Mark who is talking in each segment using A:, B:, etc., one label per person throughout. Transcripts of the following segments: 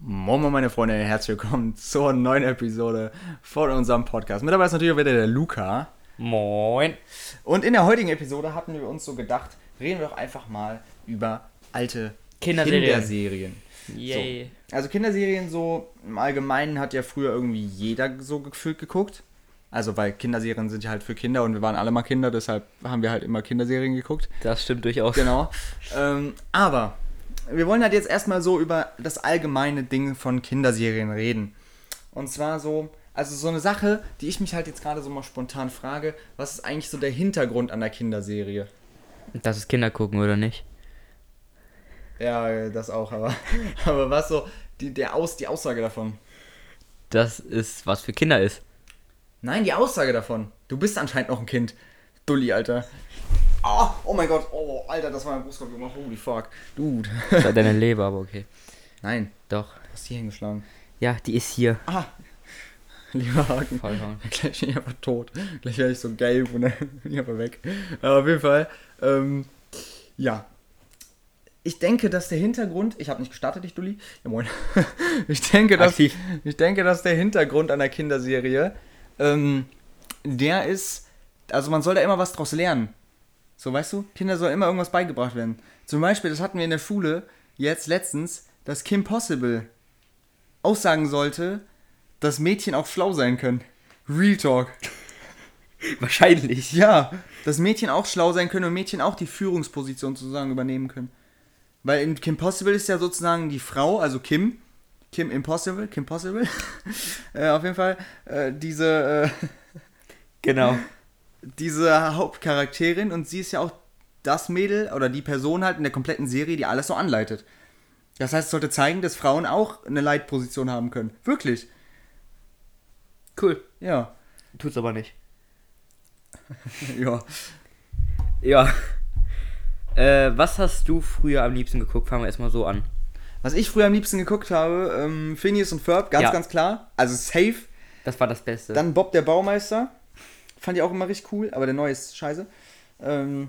A: Moin Moin meine Freunde, herzlich willkommen zur neuen Episode von unserem Podcast. Mit dabei ist natürlich wieder der Luca.
B: Moin.
A: Und in der heutigen Episode hatten wir uns so gedacht, reden wir doch einfach mal über alte
B: Kinderserien.
A: Kinderserien.
B: Yay.
A: So. Also Kinderserien so im Allgemeinen hat ja früher irgendwie jeder so gefühlt geguckt. Also weil Kinderserien sind ja halt für Kinder und wir waren alle mal Kinder, deshalb haben wir halt immer Kinderserien geguckt.
B: Das stimmt durchaus.
A: Genau. ähm, aber wir wollen halt jetzt erstmal so über das allgemeine Ding von Kinderserien reden. Und zwar so, also so eine Sache, die ich mich halt jetzt gerade so mal spontan frage, was ist eigentlich so der Hintergrund an der Kinderserie?
B: Das ist Kinder gucken, oder nicht?
A: Ja, das auch, aber, aber was so die, der Aus, die Aussage davon?
B: Das ist, was für Kinder ist.
A: Nein, die Aussage davon. Du bist anscheinend noch ein Kind. Dulli, Alter. Oh, oh mein Gott, oh, Alter, das war mein Brustkorb gemacht. Holy fuck. Dude.
B: Das war deine Leber, aber okay.
A: Nein,
B: Doch.
A: du hast hier hingeschlagen.
B: Ja, die ist hier.
A: Ah! Lieber Haken.
B: Vollhauen.
A: Gleich bin ich einfach tot. Gleich werde ich so gelb und dann bin ich einfach weg. Aber auf jeden Fall, ähm, ja. Ich denke, dass der Hintergrund, ich habe nicht gestartet, ich Dulli. Ja moin. Ich denke, dass,
B: Aktiv.
A: ich denke, dass der Hintergrund an der Kinderserie, ähm, der ist, also man soll da immer was draus lernen. So, weißt du, Kinder soll immer irgendwas beigebracht werden. Zum Beispiel, das hatten wir in der Schule jetzt letztens, dass Kim Possible aussagen sollte, dass Mädchen auch schlau sein können. Real Talk.
B: Wahrscheinlich.
A: Ja, dass Mädchen auch schlau sein können und Mädchen auch die Führungsposition sozusagen übernehmen können. Weil in Kim Possible ist ja sozusagen die Frau, also Kim, Kim Impossible, Kim Possible, äh, auf jeden Fall, äh, diese, äh,
B: Genau.
A: diese Hauptcharakterin und sie ist ja auch das Mädel oder die Person halt in der kompletten Serie, die alles so anleitet. Das heißt, es sollte zeigen, dass Frauen auch eine Leitposition haben können. Wirklich.
B: Cool.
A: Ja.
B: Tut's aber nicht.
A: Ja.
B: Ja. Äh, was hast du früher am liebsten geguckt? Fangen wir erstmal so an.
A: Was ich früher am liebsten geguckt habe, ähm, Phineas und Ferb, ganz,
B: Ja.
A: ganz klar. Also safe.
B: Das war das Beste.
A: Dann Bob der Baumeister. Fand ich auch immer richtig cool, aber der neue ist scheiße. Ähm,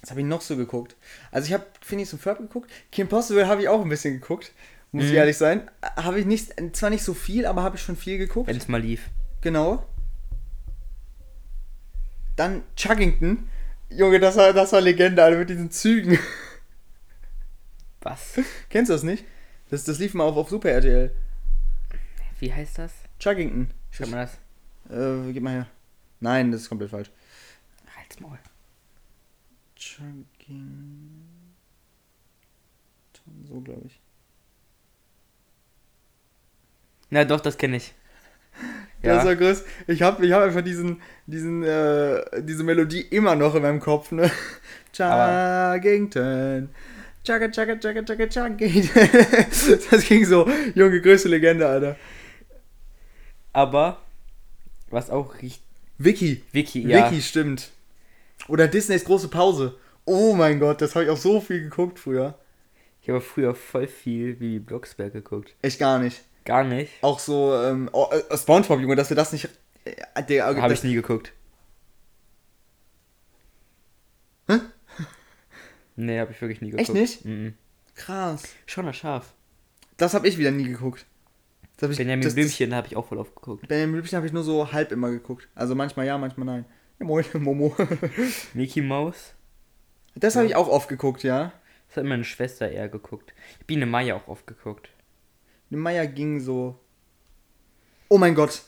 A: was habe ich noch so geguckt? Also ich habe Phineas und Ferb geguckt. Kim Possible habe ich auch ein bisschen geguckt. Muss ich ehrlich sein. Habe ich nicht, zwar nicht so viel, aber habe ich schon viel geguckt.
B: Wenn's mal lief.
A: Genau. Dann Chuggington. Junge, das war, das war Legende, Alter, mit diesen Zügen.
B: Was?
A: Kennst du das nicht? Das, das lief mal auf, auf Super RTL.
B: Wie heißt das?
A: Chuggington.
B: Schreibt man das?
A: Äh, gib mal her. Nein, das ist komplett falsch.
B: Halt's Maul.
A: Chugging. So, glaube ich.
B: Na doch, das kenne ich.
A: Das
B: Ja.
A: war groß. Ich habe ich hab einfach diesen, diesen, äh, diese Melodie immer noch in meinem Kopf, ne? Chuggington. Chugga, chugga, chugga, chugga, Chuggington. Das ging so. Junge, größte Legende, Alter.
B: Aber, was auch riecht.
A: Vicky.
B: Vicky, ja.
A: Vicky, stimmt. Oder Disneys große Pause. Oh mein Gott, das habe ich auch so viel geguckt früher.
B: Ich habe früher voll viel wie Blocksberg geguckt.
A: Echt gar nicht.
B: Gar nicht.
A: Auch so, ähm, oh, äh, Spongebob, Junge, dass wir das nicht. Äh, der,
B: Habe
A: das,
B: ich nie geguckt.
A: Hä?
B: Nee, habe ich wirklich nie geguckt.
A: Echt nicht?
B: Mhm.
A: Krass.
B: Schon das Schaf.
A: Das habe ich wieder nie geguckt. Das hab ich,
B: Benjamin
A: das,
B: Blümchen habe ich auch voll aufgeguckt.
A: Benjamin Blümchen habe ich nur so halb immer geguckt. Also manchmal ja, manchmal nein. Ja, moin, Momo.
B: Mickey Mouse,
A: Das habe ich auch oft geguckt, ja.
B: das hat meine Schwester eher geguckt. Biene Maya auch oft geguckt.
A: Die Meier ging so. Oh mein Gott.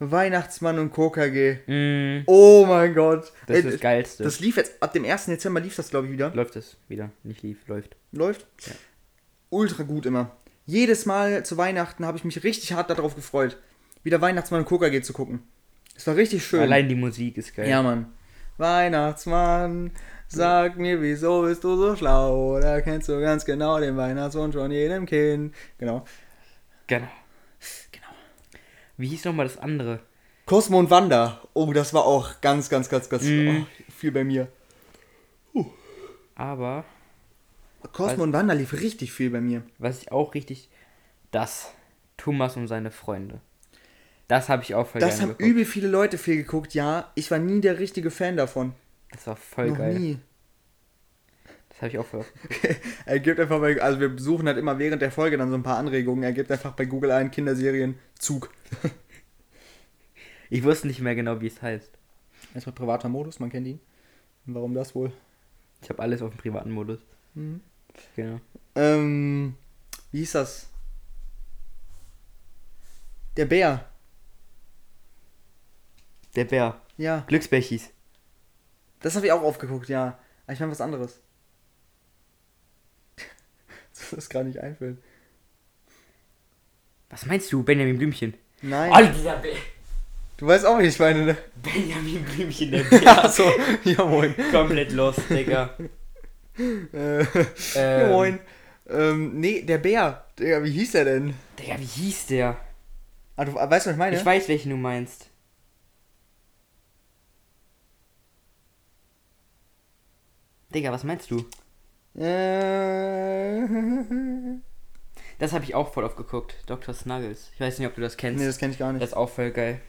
A: Weihnachtsmann und KKG.
B: Mm,
A: Oh mein Gott.
B: das
A: Ey,
B: ist das Geilste.
A: das lief jetzt, ab dem 1. Dezember lief das, glaube ich, wieder.
B: läuft es wieder. Nicht lief, läuft.
A: läuft.
B: Ja.
A: Ultra gut immer. Jedes Mal zu Weihnachten habe ich mich richtig hart darauf gefreut, wieder Weihnachtsmann und Coca-G zu gucken. Es war richtig schön.
B: Allein die Musik ist geil.
A: ja, Mann. Weihnachtsmann, sag mir, wieso bist du so schlau? Da kennst du ganz genau den Weihnachtswunsch von jedem Kind. Genau.
B: Genau. Genau. Wie hieß nochmal das andere?
A: Cosmo und Wanda. Oh, das war auch ganz, ganz, ganz, ganz
B: Mhm.
A: oh, viel bei mir.
B: Aber,
A: Cosmo und Wanda lief richtig viel bei mir.
B: was ich auch richtig. Das. Thomas und seine Freunde. Das habe ich auch voll
A: Das
B: gerne
A: haben
B: geguckt.
A: übel viele Leute viel geguckt, ja. Ich war nie der richtige Fan davon.
B: Das war voll
A: Noch
B: geil.
A: nie.
B: Das habe ich auch ver.
A: er gibt einfach bei, also wir suchen halt immer während der Folge dann so ein paar Anregungen. Er gibt einfach bei Google ein Kinderserien Zug.
B: Ich wusste nicht mehr genau, wie es heißt.
A: Erstmal privater Modus, man kennt ihn. Warum das wohl?
B: Ich habe alles auf dem privaten Modus. Genau.
A: Ähm, wie hieß das? Der Bär.
B: Der Bär.
A: Ja.
B: Glücksbärchis.
A: Das habe ich auch aufgeguckt, ja. Aber Ich meine was anderes. Das ist gar nicht einfällt.
B: Was meinst du, Benjamin Blümchen?
A: Nein.
B: All dieser Be
A: Du weißt auch, wie ich meine, ne?
B: Benjamin Blümchen, der Bär.
A: Achso, ja moin.
B: Komplett lost, Digga.
A: Äh, ja
B: Ähm.
A: moin. Ähm, nee, der Bär. Digga, wie hieß er denn?
B: Digga, wie hieß der?
A: Ah, du ah, weißt, was ich meine?
B: Ich weiß, welchen du meinst. Digga, was meinst du?
A: äh,
B: Das habe ich auch voll aufgeguckt. Dr. Snuggles. Ich weiß nicht, ob du das kennst.
A: nee, das kenne ich gar
B: das
A: nicht.
B: ist auch voll geil.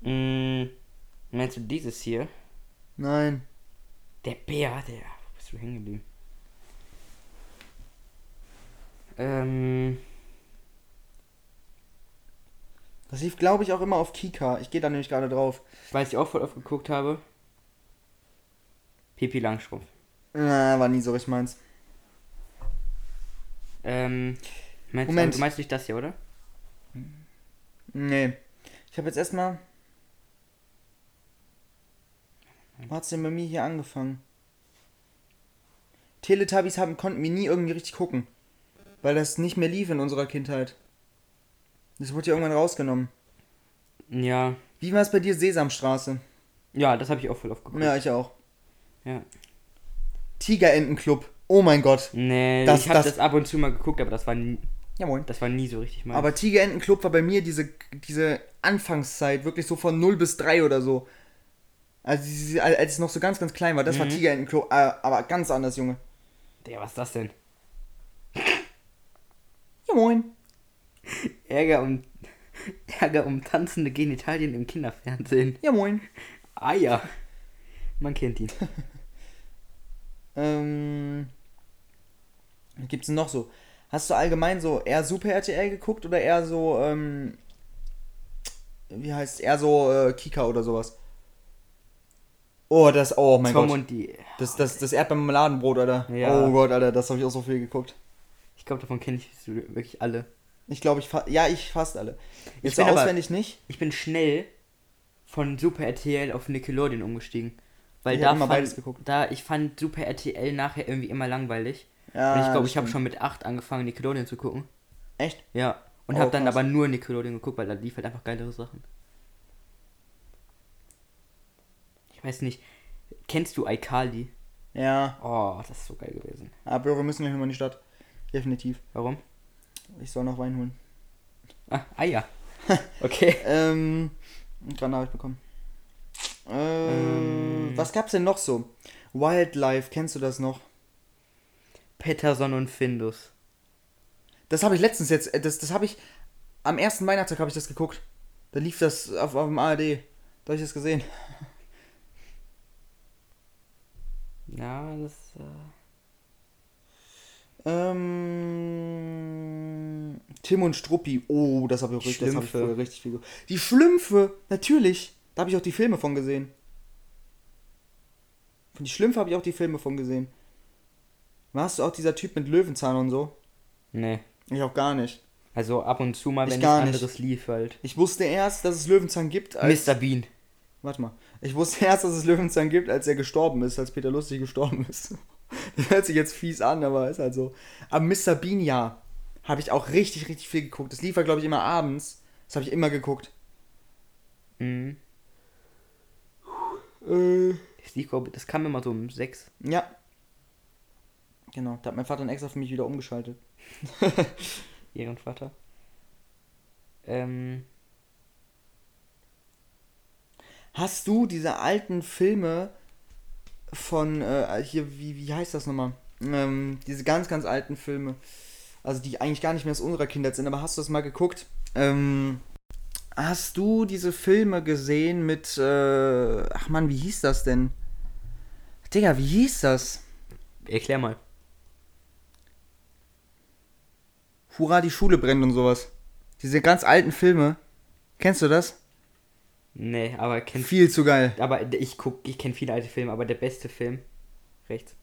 B: Mm, meinst du dieses hier?
A: Nein.
B: Der Bär, der. Wo bist du hängen geblieben? Ähm,
A: Das lief, glaube ich, auch immer auf Kika. Ich gehe da nämlich gerade drauf.
B: weiß ich auch voll aufgeguckt habe. Pipi Langstrumpf.
A: Na, war nie so richtig meins.
B: Ähm, meinst,
A: Moment.
B: Du meinst nicht das hier, oder?
A: Nee. Ich habe jetzt erstmal. Wo hat's denn bei mir hier angefangen? Teletubbies haben, konnten wir nie irgendwie richtig gucken. Weil das nicht mehr lief in unserer Kindheit. Das wurde ja irgendwann rausgenommen.
B: Ja.
A: Wie war es bei dir, Sesamstraße?
B: Ja, das habe ich auch voll aufgeguckt.
A: Ja, ich auch.
B: Ja.
A: Tigerentenclub. Oh mein Gott.
B: Nee,
A: Das-
B: ich habe
A: das-
B: das, ab und zu mal geguckt, aber das war, nie-
A: Ja, moin.
B: das war nie so richtig mal.
A: Aber Tigerentenclub war bei mir diese, diese Anfangszeit, wirklich so von 0 bis 3 oder so. Also, diese- als es noch so ganz, ganz klein war, das
B: Mhm.
A: war Tigerentenclub, äh, aber ganz anders, Junge.
B: Digga, was ist das denn?
A: Ja, moin.
B: Ärger um, Ärger um tanzende Genitalien im Kinderfernsehen.
A: Ja, moin.
B: Ah ja. Man kennt ihn.
A: Ähm. Was gibt's denn noch so? Hast du allgemein so eher Super RTL geguckt oder eher so, ähm. Wie heißt eher so äh, Kika oder sowas? Oh, das, oh mein
B: Tom
A: Gott.
B: und die.
A: Das, das, das Erdbeermarmeladenbrot, Alter.
B: Ja.
A: Oh Gott, Alter, das habe ich auch so viel geguckt.
B: Ich glaube, davon kenne ich so wirklich alle.
A: Ich glaube, ich fa ja, ich fast alle. Jetzt
B: bin aber-
A: auswendig nicht.
B: Ich bin schnell von Super RTL auf Nickelodeon umgestiegen. Weil
A: Ich
B: da
A: hab immer
B: fand,
A: beides geguckt.
B: Da, ich fand Super RTL nachher irgendwie immer langweilig.
A: Ja,
B: und ich glaube,
A: das
B: ich habe
A: stimmt.
B: schon mit 8 angefangen, Nickelodeon zu gucken.
A: Echt?
B: Ja. Und
A: Oh,
B: habe dann
A: krass.
B: aber nur Nickelodeon geguckt, weil da lief halt einfach geilere Sachen. Ich weiß nicht. Kennst du iCarly?
A: Ja.
B: Oh, das ist so geil gewesen.
A: Aber wir müssen gleich nochmal in die Stadt. Definitiv.
B: Warum?
A: Ich soll noch Wein holen.
B: Ah, Eier. Okay.
A: Ähm. Gerade Nachricht bekommen. Ähm, Was gab's denn noch so? Wildlife, kennst du das noch?
B: Petterson und Findus.
A: Das habe ich letztens jetzt, äh, das, das habe ich, am ersten Weihnachtstag habe ich das geguckt. Da lief das auf, auf dem ARD. Da habe ich das gesehen.
B: Ja, das. Äh,
A: Ähm, Tim und Struppi. Oh, das habe ich, auch richtig- das hab ich
B: Schlümpfe.
A: früher richtig viel ge- Die Schlümpfe, natürlich. Da habe ich auch die Filme von gesehen. Von die Schlümpfe habe ich auch die Filme von gesehen. Warst du auch dieser Typ mit Löwenzahn und so?
B: nee.
A: Ich auch gar nicht.
B: Also ab und zu mal,
A: Ich
B: wenn es
A: gar
B: anderes lief halt.
A: Ich wusste erst, dass es Löwenzahn gibt, als.
B: Mr. Bean.
A: Warte mal. Ich wusste erst, dass es Löwenzahn gibt, als er gestorben ist, als Peter Lustig gestorben ist. Das hört sich jetzt fies an, aber ist halt so. Aber Mr. Bean, ja. Habe ich auch richtig, richtig viel geguckt. Das lief ja, glaube ich, immer abends. Das habe ich immer geguckt.
B: Mhm.
A: Äh,
B: Das, lief, glaub, ich, das kam immer so um 6.
A: ja. Genau. Da hat mein Vater dann extra für mich wieder umgeschaltet.
B: Ehrenvater. Ähm.
A: Hast du diese alten Filme von, äh, hier, wie, wie heißt das nochmal? Ähm, diese ganz, ganz alten Filme, also die eigentlich gar nicht mehr aus unserer Kindheit sind, aber hast du das mal geguckt? Ähm, hast du diese Filme gesehen mit, äh, ach man, wie hieß das denn? Digga, wie hieß das?
B: Erklär mal.
A: Hurra, die Schule brennt und sowas. Diese ganz alten Filme. Kennst du das?
B: Nee, aber kenn,
A: Viel zu geil.
B: aber ich guck, ich kenne viele alte Filme, aber der beste Film rechts.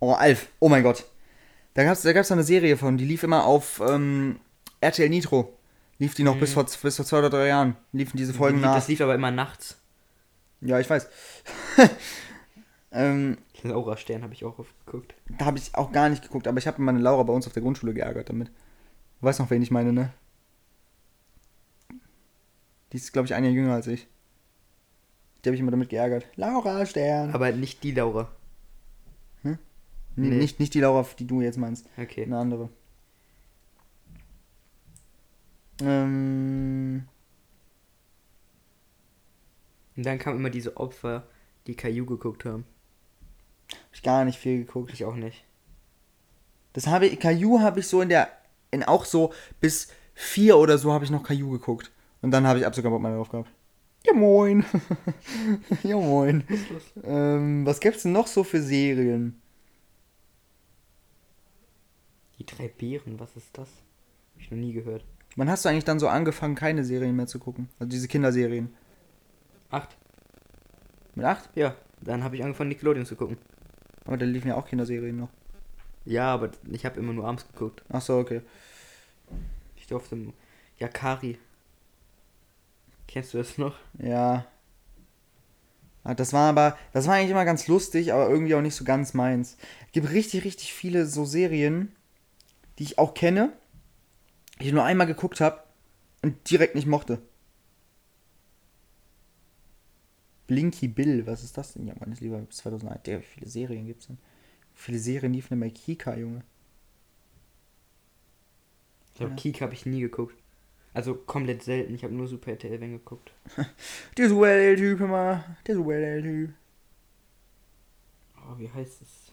A: Oh, Alf. Oh mein Gott. Da gab's, da gab's so eine Serie von, die lief immer auf ähm, RTL Nitro. Lief die noch bis, vor, bis vor zwei oder drei Jahren. Liefen diese Folgen nach.
B: Mhm. Das lief aber immer nachts.
A: Ja, ich weiß. ähm,
B: Laura Stern habe ich auch oft geguckt.
A: da habe ich auch gar nicht geguckt, aber ich habe meine Laura bei uns auf der Grundschule geärgert damit. Du weißt noch, wen ich meine, ne? Die ist, glaube ich, ein Jahr jünger als ich. Die habe ich immer damit geärgert. Laura Stern.
B: Aber nicht die Laura.
A: N-
B: nee.
A: Nicht, nicht die Laura, die du jetzt meinst.
B: Okay.
A: Eine andere. Ähm,
B: Und dann kamen immer diese Opfer, die Caillou geguckt haben.
A: hab ich gar nicht viel geguckt.
B: Ich auch nicht.
A: Das habe ich, Caillou habe ich so in der, in auch so bis vier oder so habe ich noch Caillou geguckt. Und dann habe ich absolut keinen Bock mehr drauf gehabt. Ja moin. ja moin. Ähm, was gäb's denn noch so für Serien?
B: Die drei Bären, was ist das? Hab ich noch nie gehört.
A: Wann hast du eigentlich dann so angefangen, keine Serien mehr zu gucken? Also diese Kinderserien.
B: Acht.
A: Mit acht?
B: Ja, dann habe ich angefangen, Nickelodeon zu gucken.
A: Aber da liefen ja auch Kinderserien noch.
B: Ja, aber ich habe immer nur abends geguckt.
A: Ach so, okay.
B: Ich durfte. Ja, Kari. Kennst du das noch?
A: Ja. Ah, Das war aber, das war eigentlich immer ganz lustig, aber irgendwie auch nicht so ganz meins. Es gibt richtig, richtig viele so Serien, die ich auch kenne, die ich nur einmal geguckt habe und direkt nicht mochte. Blinky Bill, was ist das denn? Ja, meines lieber 2001. Digga, wie viele Serien gibt's denn? Wie viele Serien liefen denn bei Kika, Junge?
B: Ich glaube, Kika habe ich nie geguckt. Also komplett selten. Ich habe nur Super RTL wenn geguckt.
A: Der Duell-Typ immer. Der Duell-Typ.
B: Oh, wie heißt es?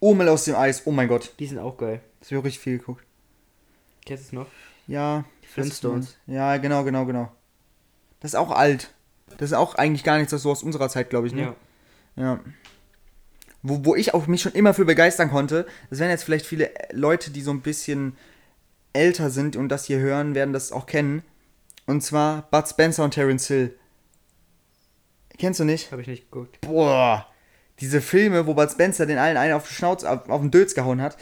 A: Omel aus dem Eis, oh mein Gott.
B: Die sind auch geil.
A: Das habe ich auch richtig viel geguckt.
B: Kennst du es noch?
A: Ja.
B: Die Flintstones.
A: Ja, genau, genau, genau. Das ist auch alt. Das ist auch eigentlich gar nichts, das so aus unserer Zeit, glaube ich, ne?
B: Ja.
A: Ja. Wo, wo ich auch mich schon immer für begeistern konnte, das werden jetzt vielleicht viele Leute, die so ein bisschen älter sind und das hier hören, werden das auch kennen. Und zwar Bud Spencer und Terence Hill. Kennst du nicht?
B: Habe ich nicht geguckt.
A: Boah. Diese Filme, wo Bud Spencer den allen einen auf den Schnauz, auf, auf den Dötz gehauen hat.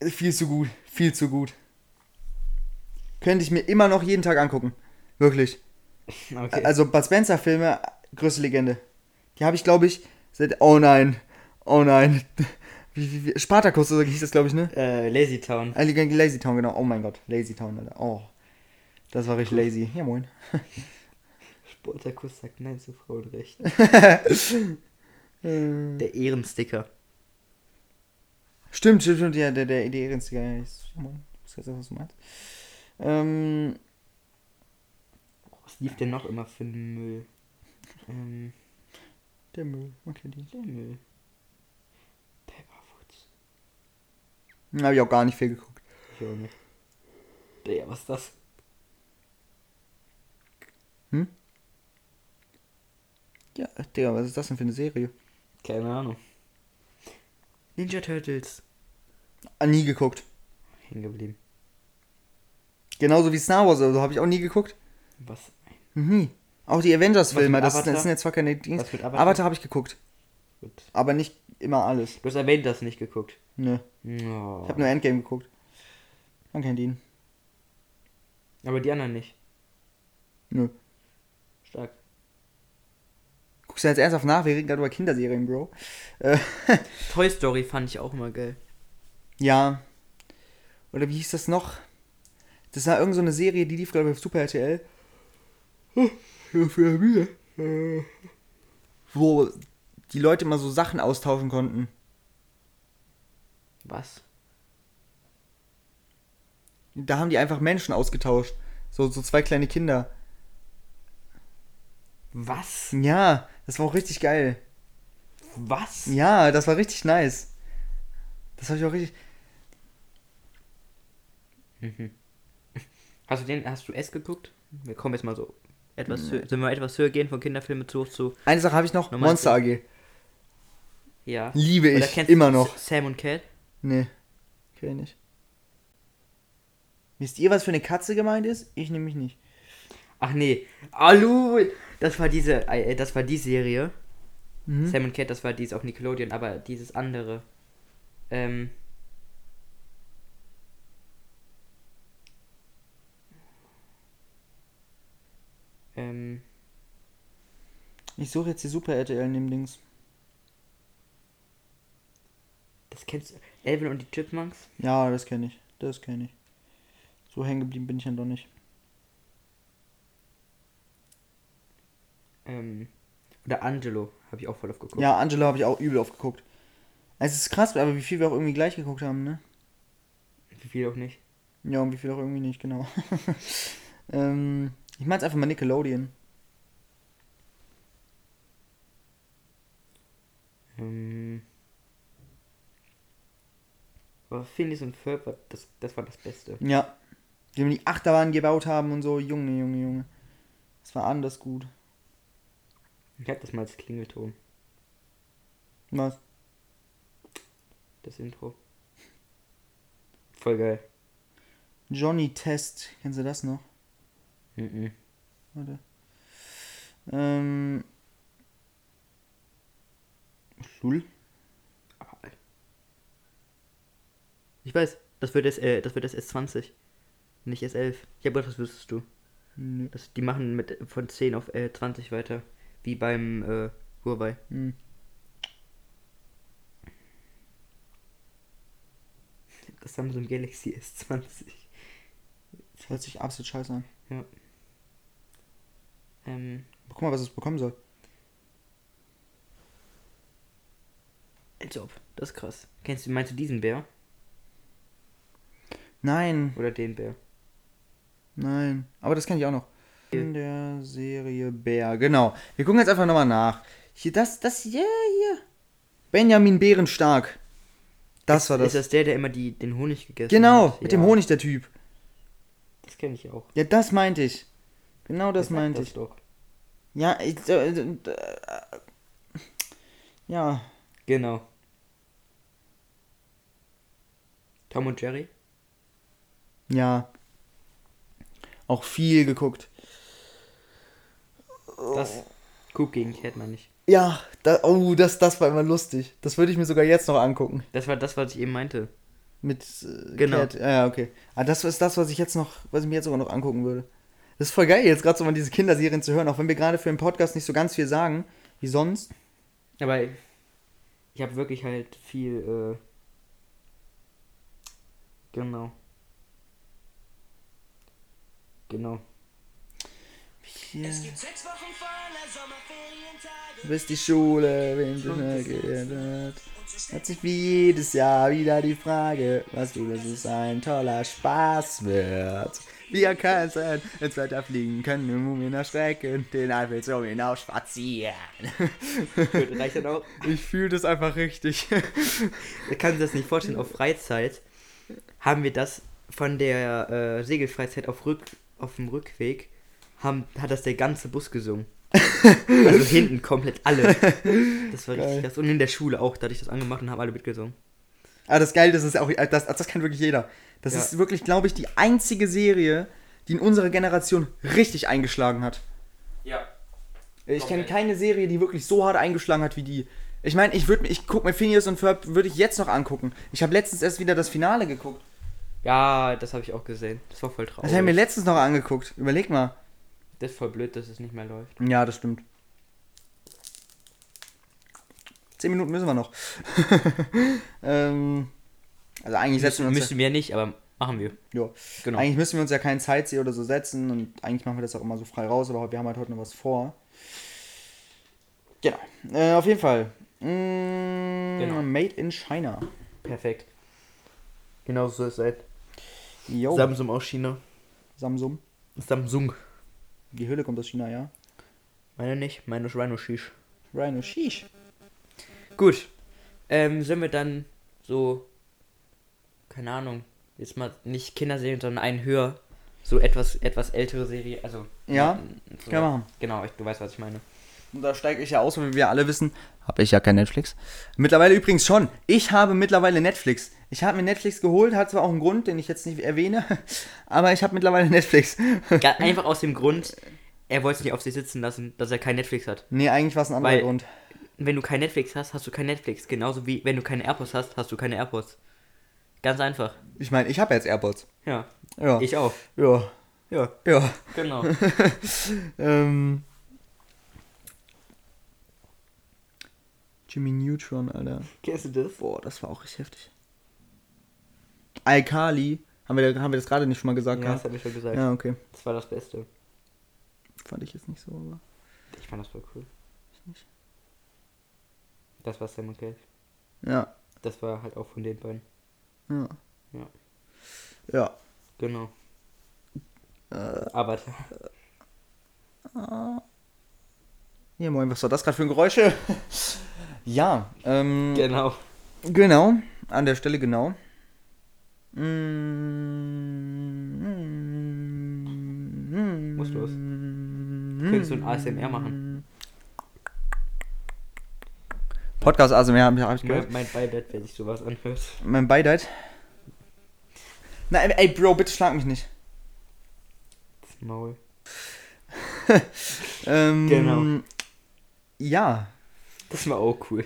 A: äh, Viel zu gut. Viel zu gut. Könnte ich mir immer noch jeden Tag angucken. Wirklich.
B: Okay.
A: Also Bud Spencer Filme, größte Legende. Die habe ich, glaube ich, seit. Oh nein. Oh nein. Wie, wie, wie, Spartacus oder so hieß das, glaube ich, ne?
B: äh, Lazy Town.
A: Ah, Legende Lazy Town, genau. Oh mein Gott. Lazy Town, Alter. Oh. Das war richtig lazy. Ja, moin.
B: Sportakus sagt nein zu Frauenrecht.
A: Äh,
B: Der Ehrensticker.
A: Stimmt, stimmt, stimmt. Ja, der, der, der Ehrenstiger. Ja, ist- ja, moin. Ist jetzt das, was du meinst? Ähm,
B: Was lief denn noch immer für einen Müll? Ähm,
A: der Müll. Okay, die.
B: der Müll. Pepperwoods.
A: Habe ich auch gar nicht viel geguckt.
B: Ich auch nicht. Digga, was ist das?
A: Hm? Ja, Digga, was ist das denn für eine Serie?
B: Keine Ahnung. Ninja Turtles.
A: Ah, nie geguckt.
B: Hängen geblieben.
A: Genauso wie Star Wars, also habe ich auch nie geguckt.
B: Was? ein-
A: Mhm. Auch die Avengers-Filme,
B: mit
A: das, sind-
B: Avatar?
A: das sind jetzt zwar keine Dings.
B: Was mit
A: Avatar,
B: Avatar?
A: habe ich geguckt,
B: Gut.
A: aber nicht immer alles.
B: Du hast erwähnt, das nicht geguckt.
A: Nö.
B: No.
A: Ich ne- habe nur Endgame geguckt. Man kennt ihn.
B: Aber die anderen nicht.
A: Nö.
B: Stark.
A: Guckst du jetzt ernsthaft nach? Wir reden gerade über Kinderserien, Bro. Äh,
B: Toy Story fand ich auch immer geil.
A: ja. Oder wie hieß das noch? Das war irgend so eine Serie, die lief, glaube ich, auf Super RTL. Oh, für Mühe. Äh, Wo die Leute immer so Sachen austauschen konnten.
B: Was?
A: Da haben die einfach Menschen ausgetauscht. So, so zwei kleine Kinder.
B: Was?
A: Ja, das war auch richtig geil.
B: Was?
A: Ja, das war richtig nice. Das habe ich auch richtig.
B: Hast du den, hast du S geguckt? Wir kommen jetzt mal so etwas höher, sind wir etwas höher gehen von Kinderfilmen zu, zu
A: Eine Sache habe ich noch:
B: Nummer eins.
A: Monster AG.
B: Ja.
A: Liebe
B: Oder
A: ich
B: kennst
A: immer
B: du
A: noch.
B: Sam und Cat?
A: Nee, kenn ich nicht. Wisst ihr, was für eine Katze gemeint ist? Ich nehme mich nicht.
B: Ach nee. Alu! Das war diese, äh, das war die Serie. Sam und Cat, das war dies auf Nickelodeon, aber dieses andere. Ähm. Ähm.
A: Ich suche jetzt die Super RTL neben Dings.
B: Das kennst du. Elvin und die Chipmunks?
A: Ja, das kenne ich. Das kenne ich. So hängen geblieben bin ich dann doch nicht.
B: Ähm. Oder Angelo, habe ich auch voll oft geguckt.
A: Ja, Angela habe ich auch übel oft geguckt. Es ist krass, aber wie viel wir auch irgendwie gleich geguckt haben, ne?
B: Wie viel auch nicht.
A: Ja, und wie viel auch irgendwie nicht, genau. ähm, ich meine es einfach mal Nickelodeon.
B: Ähm. Aber Phineas und Ferb, war das, das war das Beste.
A: Ja. Wie wir die Achterbahn gebaut haben und so. Junge, Junge, Junge. Das war anders gut.
B: Ich hab das mal als Klingelton,
A: Was?
B: das Intro. Voll geil.
A: Johnny Test. Kennst du das noch?
B: Mhm.
A: Warte. Ähm. Lul.
B: Aber- Ich weiß, das wird, S, äh, das wird das S20. Nicht S11. Ich habe gedacht, das wüsstest du.
A: Nö.
B: Das, die machen mit von 10 auf äh, 20 weiter. Wie beim äh, Huawei.
A: Hm.
B: Das Samsung Galaxy S20.
A: Das hört sich absolut scheiße an.
B: Ähm,
A: Aber Guck mal, was es bekommen soll.
B: als ob. Das ist krass. Kennst du, meinst du diesen Bär?
A: Nein,
B: Oder den Bär?
A: nein. Aber das kenne ich auch noch. In der Serie Bär, genau. Wir gucken jetzt einfach nochmal nach. Hier, das, das, hier, hier. Benjamin Bärenstark. Das war das.
B: Ist das der, der immer die, den Honig gegessen
A: Genau,
B: hat?
A: mit
B: Ja,
A: dem Honig, der Typ.
B: Das kenne ich auch.
A: Ja, das meinte ich. Genau das
B: Wer sagt
A: meinte ich.
B: Doch.
A: Ja, ich. Äh, äh, äh, ja,
B: Genau. Tom und Jerry?
A: ja. Auch viel geguckt.
B: Das Coop gegen Cat meine ich.
A: Ja, da, oh, das, das war immer lustig. Das würde ich mir sogar jetzt noch angucken.
B: Das war das, was ich eben meinte.
A: Mit äh,
B: Genau.
A: Cat. Ah, Ja, okay. Ah, das ist das, was ich jetzt noch, was ich mir jetzt sogar noch angucken würde. Das ist voll geil, jetzt gerade so mal diese Kinderserien zu hören, auch wenn wir gerade für den Podcast nicht so ganz viel sagen, wie sonst.
B: Aber ich habe wirklich halt viel. Äh, genau. Genau.
A: Hier.
C: Es gibt sechs Wochen voller Sommerferientage.
A: Bis die Schule, wenn du schnell geändert. Hat sich wie jedes Jahr wieder die Frage, was du, dass es ein toller Spaß wird. Wir könnten ins Wetter fliegen, können um den Mumien erschrecken, den Eifel so hinaus spazieren.
B: Gut, reicht dann auch.
A: Ich fühle das einfach richtig.
B: Ich kann sich das nicht vorstellen. Auf Freizeit haben wir das von der äh, Segelfreizeit auf, Rück, auf dem Rückweg. Haben, hat das der ganze Bus gesungen. Also hinten komplett alle. Das war
A: Geil.
B: richtig krass. Und in der Schule auch. Da hatte ich das angemacht und haben alle mitgesungen.
A: Aber Ah, das Geile ist, es ist auch, äh, das, das kann wirklich jeder. Das
B: Ja.
A: ist wirklich, glaube ich, die einzige Serie, die in unserer Generation richtig eingeschlagen hat. Äh,
B: Ja.
A: Ich kenne
B: Komplett.
A: keine Serie, die wirklich so hart eingeschlagen hat wie die. Ich meine, ich würde ich guck mir Phineas und Ferb würde ich jetzt noch angucken. Ich habe letztens erst wieder das Finale geguckt.
B: Oh, Ja, das habe ich auch gesehen. Das war voll traurig.
A: Das habe ich mir letztens noch angeguckt. Überleg mal.
B: das ist voll blöd, dass es nicht mehr läuft.
A: Ja, das stimmt. Zehn Minuten müssen wir noch. ähm, also eigentlich setzen wir uns
B: Müssen wir nicht, aber machen wir.
A: ja,
B: Genau.
A: Eigentlich müssen wir uns ja keinen Sightsee oder so setzen und eigentlich machen wir das auch immer so frei raus, aber wir haben halt heute noch was vor. Genau. Äh, auf jeden Fall. Mm,
B: Genau.
A: Made in China.
B: Perfekt. Genau so ist es halt.
A: Yo.
B: Samsung aus China.
A: Samsung.
B: Samsung.
A: Die Höhle kommt aus China, ja.
B: Meine nicht, meine ist Rhino Shish.
A: Rhino, sheesh.
B: Gut. Ähm, sollen wir dann so, keine Ahnung, jetzt mal nicht Kinderserien, sondern einen höher, so etwas etwas ältere Serie, also
A: Ja,
B: so,
A: können wir machen.
B: Genau, ich, du weißt, was ich meine.
A: Und da steige ich ja aus, wie wir alle wissen. Habe ich ja kein Netflix. Mittlerweile übrigens schon. Ich habe mittlerweile Netflix. Ich habe mir Netflix geholt, hat zwar auch einen Grund, den ich jetzt nicht erwähne, aber ich habe mittlerweile Netflix.
B: Ga- Einfach aus dem Grund, er wollte es nicht auf sich sitzen lassen, dass er kein Netflix hat.
A: nee, eigentlich war es ein anderer
B: Weil-
A: Grund.
B: Wenn du kein Netflix hast, hast du kein Netflix. Genauso wie wenn du keine AirPods hast, hast du keine AirPods. Ganz einfach.
A: Ich meine, ich habe jetzt AirPods.
B: Ja.
A: Ja.
B: Ich auch.
A: ja.
B: Ja.
A: Ja.
B: Genau.
A: Ähm. Jimmy Neutron, Alter.
B: Kennst du das?
A: Boah, das war auch richtig heftig. Alkali. Haben wir, haben wir das gerade nicht schon mal gesagt?
B: Ja, das
A: gehabt?
B: habe ich schon gesagt.
A: ja, okay.
B: Das war das Beste.
A: Fand ich jetzt nicht so, aber.
B: Ich fand das voll cool.
A: Ich nicht.
B: Das war Sam und Geld.
A: Ja.
B: Das war halt auch von den beiden.
A: Ja.
B: Ja.
A: Ja.
B: Genau.
A: Äh.
B: Aber
A: Ja, moin, was war das gerade für ein Geräusche? ja, ähm,
B: genau.
A: genau, an der Stelle genau. Mm.
B: Muss los. Könntest du ein ASMR machen?
A: Podcast ASMR habe ich, hab ich gehört.
B: Mein, mein Beileid, wenn sich sowas anhört.
A: Mein Beileid. Na, ey, ey, Bro, bitte schlag mich nicht.
B: Das Maul.
A: Ähm,
B: Genau.
A: Ja.
B: Das war auch cool.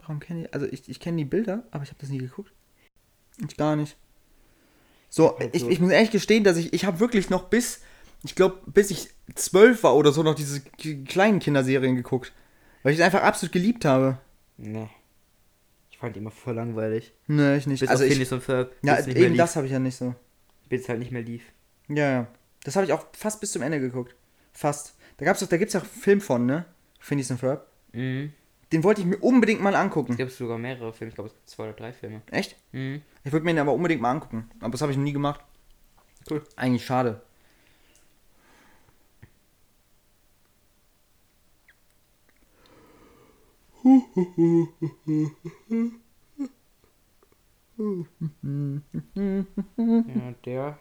A: Warum kenne ich. Also ich, ich kenne die Bilder, aber ich habe das nie geguckt. Ich gar nicht. So,
B: Also-
A: ich, ich muss ehrlich gestehen, dass ich. Ich habe wirklich noch bis. Ich glaube, bis ich zwölf war oder so, noch diese k- kleinen Kinderserien geguckt. Weil ich es einfach absolut geliebt habe.
B: Ne. Ich fand die immer voll langweilig.
A: Nee, ich nicht.
B: Bis
A: also
B: auf
A: ich,
B: Phineas und Ferb.
A: ja,
B: bis es nicht
A: eben
B: mehr
A: das habe ich ja nicht so.
B: lief. Bis es halt nicht mehr lief.
A: Ja, ja. Das habe ich auch fast bis zum Ende geguckt. Fast. Da gab's doch, da gibt's ja auch einen Film von, ne? Phineas und Ferb.
B: Mhm.
A: Den wollte ich mir unbedingt mal
B: Es
A: angucken.
B: gibt sogar mehrere Filme. Ich glaube, es gibt zwei oder drei Filme.
A: Echt?
B: Mhm.
A: Ich würde mir den aber unbedingt mal angucken. Aber das habe ich noch nie gemacht.
B: Cool.
A: Eigentlich schade.
B: Ja, der.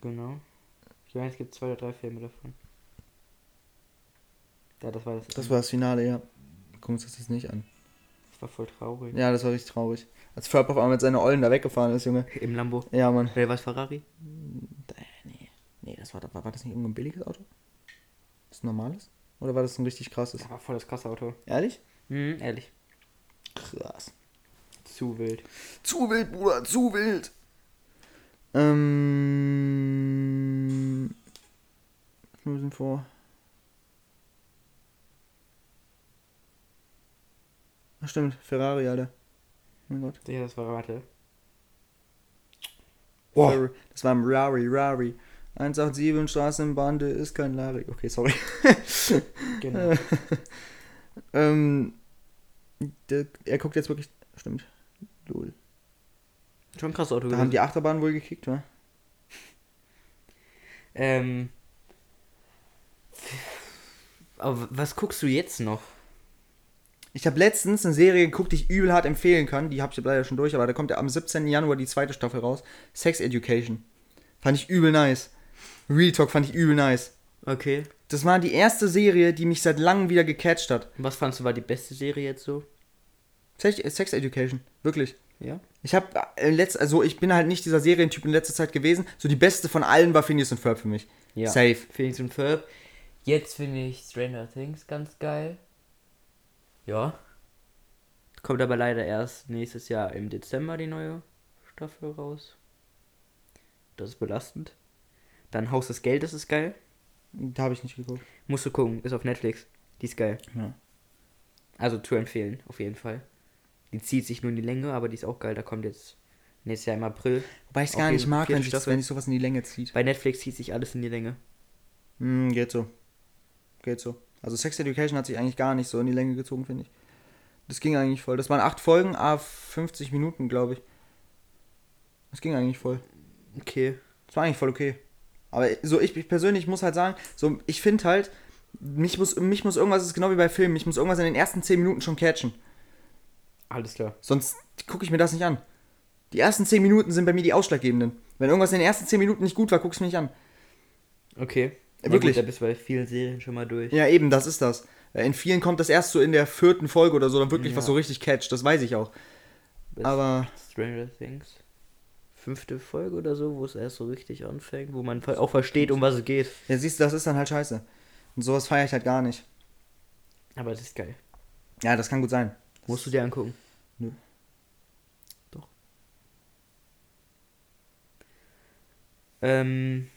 B: Genau. Ich meine, es gibt zwei oder drei Filme davon. Ja, das war das.
A: Das war das Finale, ja. Gucken wir uns das jetzt nicht an.
B: das war voll traurig.
A: Ja, das war richtig traurig. Als Ferb auf einmal mit seiner Ollen da weggefahren ist, Junge.
B: Im Lambo.
A: Ja, Mann.
B: Wer war es, Ferrari?
A: Nee, das war, war war das nicht irgendein billiges Auto? Ist ein normales? Oder war das ein richtig krasses?
B: Das war voll das krasse Auto.
A: Ehrlich?
B: Mhm, ehrlich.
A: Krass.
B: Zu wild.
A: Zu wild, Bruder, zu wild. Ähm. Was müssen wir vor? Ach stimmt, Ferrari, Alter. Mein Gott.
B: Ja, das war, warte.
A: Ferrari. Das war ein Rari, Rari. 187 Straßenbande ist kein Lari. Okay, sorry.
B: Genau.
A: ähm. Der, er guckt jetzt wirklich. Stimmt. Lol.
B: Schon ein krasses Auto
A: Da haben die Achterbahn wohl gekickt, wa?
B: Ähm. Aber was guckst du jetzt noch?
A: Ich habe letztens eine Serie geguckt, die ich übel hart empfehlen kann. Die habe ich leider schon durch, aber da kommt ja am 17. Januar die zweite Staffel raus. Sex Education. Fand ich übel nice. Real Talk fand ich übel nice.
B: Okay.
A: Das war die erste Serie, die mich seit langem wieder gecatcht hat.
B: Was fandst du war die beste Serie jetzt so?
A: Sex, Sex Education. Wirklich.
B: Ja.
A: Ich habe letzt, also ich bin halt nicht dieser Serientyp in letzter Zeit gewesen. So die beste von allen war Phineas und Ferb für mich.
B: Ja.
A: Safe.
B: Phoenix und Ferb. Jetzt finde ich Stranger Things ganz geil. Ja. Kommt aber leider erst nächstes Jahr im Dezember die neue Staffel raus. Das ist belastend. Dann Haus des Geldes ist geil.
A: Da habe ich nicht geguckt.
B: Musst du gucken, ist auf Netflix. Die ist geil.
A: Ja.
B: Also zu empfehlen, auf jeden Fall. Die zieht sich nur in die Länge, aber die ist auch geil. Da kommt jetzt nächstes Jahr im April.
A: Wobei ich es
B: Auf
A: gar nicht
B: jeden
A: mag, wenn
B: vierten
A: sich
B: Staffel.
A: wenn sich sowas in die Länge zieht.
B: Bei Netflix zieht sich alles in die Länge.
A: Hm, geht so. Geht so. Also Sex Education hat sich eigentlich gar nicht so in die Länge gezogen, finde ich. Das ging eigentlich voll. Das waren acht Folgen, a 50 Minuten, glaube ich. Das ging eigentlich voll.
B: Okay.
A: Das war eigentlich voll okay. Aber so ich, ich persönlich muss halt sagen, so ich finde halt, mich muss, mich muss irgendwas, das ist genau wie bei Filmen, ich muss irgendwas in den ersten 10 Minuten schon catchen.
B: Alles klar.
A: Sonst gucke ich mir das nicht an. Die ersten 10 Minuten sind bei mir die ausschlaggebenden. Wenn irgendwas in den ersten 10 Minuten nicht gut war, guck ich mir nicht an.
B: Okay. Na
A: Wirklich.
B: Gut, da bist du bei vielen Serien schon mal durch.
A: Ja, eben, das ist das. Äh, In vielen kommt das erst so in der vierten Folge oder so, dann wirklich was
B: Ja.
A: so richtig catcht, das weiß ich auch.
B: Bis
A: Aber
B: Stranger Things. Fünfte Folge oder so, wo es erst so richtig anfängt, wo man auch versteht, um was es geht.
A: ja, siehst du, das ist dann halt scheiße. Und sowas feiere ich halt gar nicht.
B: Aber das ist geil.
A: Ja, das kann gut sein.
B: Musst du dir angucken.
A: Nö.
B: Doch. Ähm.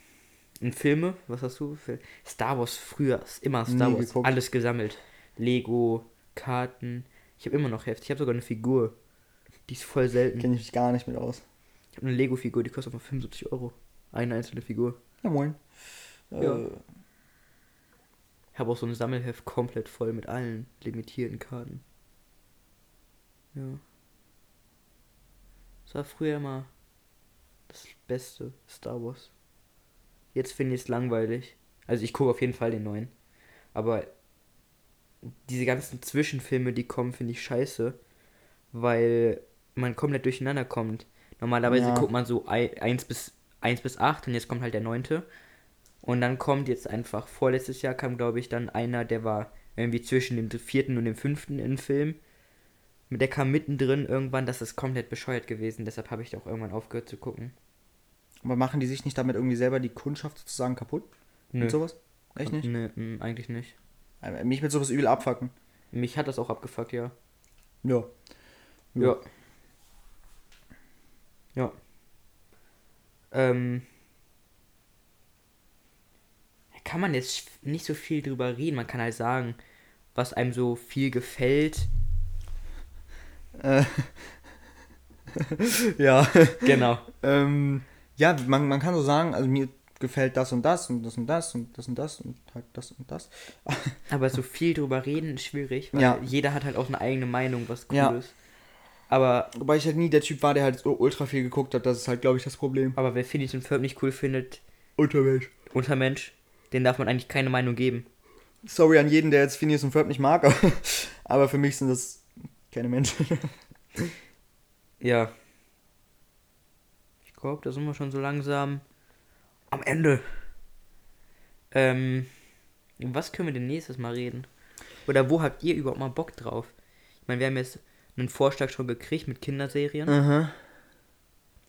B: Und Filme, was hast du? für- Star Wars früher, immer Star
A: Nie
B: Wars,
A: geguckt.
B: alles gesammelt. Lego, Karten. Ich habe immer noch Heft. Ich habe sogar eine Figur. Die ist voll selten.
A: Kenne ich mich gar nicht mit aus.
B: Ich habe eine Lego-Figur, die kostet einfach 75 Euro. Eine einzelne Figur.
A: Ja, moin.
B: Ja.
A: Äh,
B: Ich habe auch so ein Sammelheft komplett voll mit allen limitierten Karten. Ja. Das war früher immer das Beste, Star Wars. Jetzt finde ich es langweilig. Also ich gucke auf jeden Fall den neuen. Aber diese ganzen Zwischenfilme, die kommen, finde ich scheiße. Weil man komplett durcheinander kommt. Normalerweise
A: Ja.
B: guckt man so 1 bis 1 bis 8 und jetzt kommt halt der neunte. Und dann kommt jetzt einfach, vorletztes Jahr kam, glaube ich, dann einer, der war irgendwie zwischen dem vierten und dem fünften in Film. Mit Der kam mittendrin irgendwann, das ist komplett bescheuert gewesen, deshalb habe ich da auch irgendwann aufgehört zu gucken.
A: Aber machen die sich nicht damit irgendwie selber die Kundschaft sozusagen kaputt?
B: Nö.
A: Mit sowas? Echt nicht?
B: Nö, mm, eigentlich nicht.
A: Äh, Mich mit sowas übel abfacken.
B: Mich hat das auch abgefuckt, ja.
A: Ja. Ja.
B: Ja. Ja. Ähm. Da Kann man jetzt sch- nicht so viel drüber reden. Man kann halt sagen, was einem so viel gefällt.
A: Äh, ja.
B: Genau.
A: ähm, ja, man, man kann so sagen, also mir gefällt das und das und das und das und das und das und halt das und das.
B: Aber so viel drüber reden ist schwierig, weil
A: Ja.
B: jeder hat halt auch eine eigene Meinung, was cool
A: Ja.
B: ist. Aber,
A: Wobei ich halt nie der Typ war, der halt so ultra viel geguckt hat. Das ist halt, glaube ich, das Problem.
B: aber wer Phineas und Ferb nicht cool findet,
A: Unterwelt.
B: Untermensch, den darf man eigentlich keine Meinung geben.
A: Sorry an jeden, der jetzt Phineas und Ferb nicht mag, aber, aber für mich sind das keine Menschen.
B: Ja. Ich glaube, da sind wir schon so langsam am Ende. Ähm, über was können wir denn nächstes Mal reden? Oder wo habt ihr überhaupt mal Bock drauf? Ich meine, wir haben jetzt einen Vorschlag schon gekriegt mit Kinderserien.
A: Aha.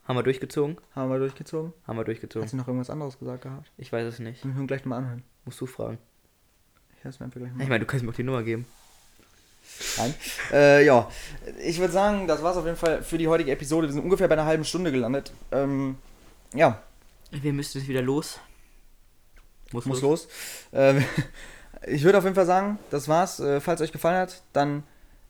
B: Haben wir durchgezogen?
A: Haben wir durchgezogen?
B: Haben wir
A: Hat
B: durchgezogen.
A: sie noch irgendwas anderes gesagt gehabt?
B: Ich weiß es nicht.
A: Ich muss mir gleich mal anhören.
B: Musst du fragen.
A: Ich höre es mir einfach gleich mal an.
B: Ich meine, du kannst mir auch die Nummer geben.
A: Nein. Äh, ja, ich würde sagen, das war's auf jeden Fall für die heutige Episode. Wir sind ungefähr bei einer halben Stunde gelandet. Ähm, ja,
B: Wir müssen jetzt wieder los.
A: muss los. Äh, ich würde auf jeden Fall sagen, das war's. Äh, falls euch gefallen hat, dann.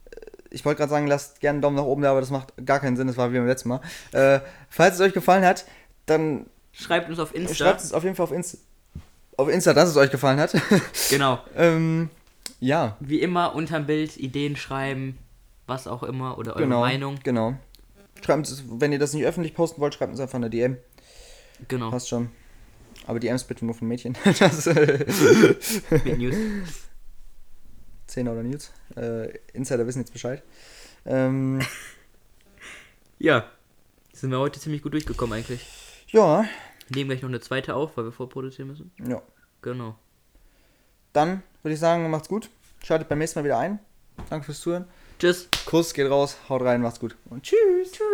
A: äh, Ich wollte gerade sagen, lasst gerne einen Daumen nach oben da, aber das macht gar keinen Sinn. Das war wie beim letzten Mal. Äh, falls es euch gefallen hat, dann
B: Schreibt uns auf Insta.
A: schreibt es auf jeden Fall auf Insta. Auf Insta, dass es euch gefallen hat.
B: Genau.
A: ähm, ja,
B: Wie immer unterm Bild Ideen schreiben, was auch immer oder eure
A: genau.
B: Meinung.
A: Genau. Schreibt uns, wenn ihr das nicht öffentlich posten wollt, schreibt uns einfach eine DM.
B: Genau.
A: Passt schon. Aber die M's bitte nur von Mädchen. Das, äh,
B: Mit News.
A: Zehner oder Nils. Äh, Insider wissen jetzt Bescheid. Ähm,
B: Ja. Sind wir heute ziemlich gut durchgekommen eigentlich.
A: ja,
B: Nehmen gleich noch eine zweite auf, weil wir vorproduzieren müssen.
A: ja.
B: Genau.
A: Dann würde ich sagen, macht's gut. Schaltet beim nächsten Mal wieder ein. Danke fürs Zuhören.
B: Tschüss.
A: Kuss geht raus, haut rein, macht's gut. Und tschüss. Tschüss.